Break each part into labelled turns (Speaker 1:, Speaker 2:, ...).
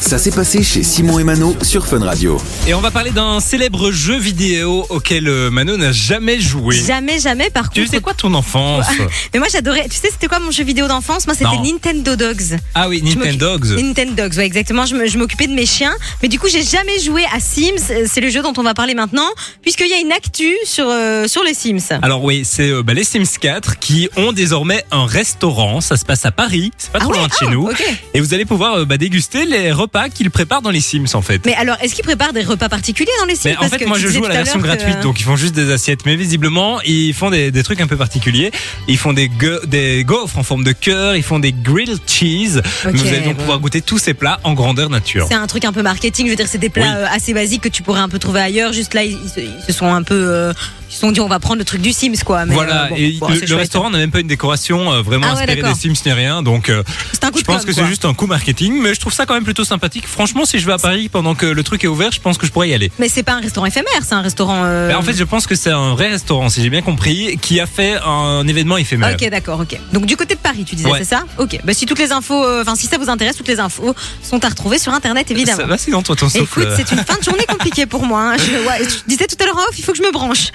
Speaker 1: Ça s'est passé chez Simon et Mano sur Fun Radio.
Speaker 2: Et on va parler d'un célèbre jeu vidéo auquel euh, Manon n'a jamais joué.
Speaker 3: Jamais, jamais, par
Speaker 2: Tu
Speaker 3: contre.
Speaker 2: faisais quoi ton enfance
Speaker 3: Mais moi, j'adorais. Tu sais, c'était quoi mon jeu vidéo d'enfance Moi, c'était
Speaker 2: Non.
Speaker 3: Nintendo Dogs.
Speaker 2: Ah oui, Nintendo Dogs.
Speaker 3: Nintendo Dogs, ouais, exactement. Je me- je m'occupais de mes chiens. Mais du coup, j'ai jamais joué à Sims. Euh, C'est le jeu dont on va parler maintenant, puisqu'il y a une actu sur, euh, sur les Sims.
Speaker 2: Alors oui, c'est euh, bah, les Sims 4 qui ont désormais un restaurant. Ça se passe à Paris, c'est pas trop
Speaker 3: ouais,
Speaker 2: loin de chez
Speaker 3: ah,
Speaker 2: nous.
Speaker 3: ok.
Speaker 2: Et vous allez pouvoir euh, bah, déguster les repas qu'ils préparent dans les Sims en fait.
Speaker 3: Mais alors, est-ce qu'ils préparent des repas particuliers dans les Sims
Speaker 2: Mais en
Speaker 3: Parce
Speaker 2: fait,
Speaker 3: que
Speaker 2: moi
Speaker 3: tu
Speaker 2: je
Speaker 3: disais
Speaker 2: joue à la
Speaker 3: tout
Speaker 2: version
Speaker 3: l'heure que-
Speaker 2: gratuite, donc ils font juste des assiettes. Mais visiblement, ils font des, des trucs un peu particuliers. Ils font des, go- des gaufres en forme de cœur, ils font des grilled cheese.
Speaker 3: Ok,
Speaker 2: Mais vous allez donc
Speaker 3: bon.
Speaker 2: pouvoir goûter tous ces plats en grandeur nature.
Speaker 3: C'est un truc un peu marketing, je veux dire, c'est des plats
Speaker 2: euh, Oui.
Speaker 3: euh, assez basiques que tu pourrais un peu trouver ailleurs. Juste là, ils, ils se- ils se sont un peu. euh, ils se sont dit, on va prendre le truc du Sims, quoi. Mais,
Speaker 2: voilà,
Speaker 3: euh, bon,
Speaker 2: et
Speaker 3: bon,
Speaker 2: le,
Speaker 3: c'est
Speaker 2: le
Speaker 3: chouette.
Speaker 2: restaurant n'a même pas une décoration euh, vraiment
Speaker 3: Ah ouais,
Speaker 2: inspirée des
Speaker 3: d'accord.
Speaker 2: Sims ni rien, donc euh,
Speaker 3: C'est un coup
Speaker 2: je
Speaker 3: de
Speaker 2: pense
Speaker 3: com',
Speaker 2: que c'est
Speaker 3: quoi.
Speaker 2: juste un coup marketing, mais je trouve ça quand même plutôt sympathique. Franchement, si je vais à Paris pendant que le truc est ouvert, je pense que je pourrais y aller.
Speaker 3: Mais c'est pas un restaurant éphémère, c'est un restaurant. euh,
Speaker 2: Bah, en fait, je pense que c'est un vrai restaurant, si j'ai bien compris, qui a fait un événement éphémère.
Speaker 3: Ok, d'accord, ok. Donc du côté de Paris, tu disais,
Speaker 2: Ouais.
Speaker 3: c'est ça Ok. Bah, si toutes les infos, euh, enfin si ça vous intéresse, toutes les infos sont à retrouver sur internet évidemment.
Speaker 2: Ça va, sinon, toi, ton souffle.
Speaker 3: Écoute, c'est une fin de journée compliquée pour moi. hein. Je, ouais, je disais tout à l'heure en off, il faut que je me branche.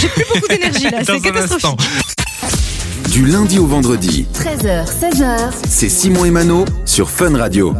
Speaker 3: J'ai plus beaucoup d'énergie là,
Speaker 2: Dans
Speaker 3: c'est
Speaker 2: un instant.
Speaker 3: catastrophique.
Speaker 1: Du lundi au vendredi,
Speaker 4: 13h, 16h,
Speaker 1: c'est Simon et Mano sur Fun Radio.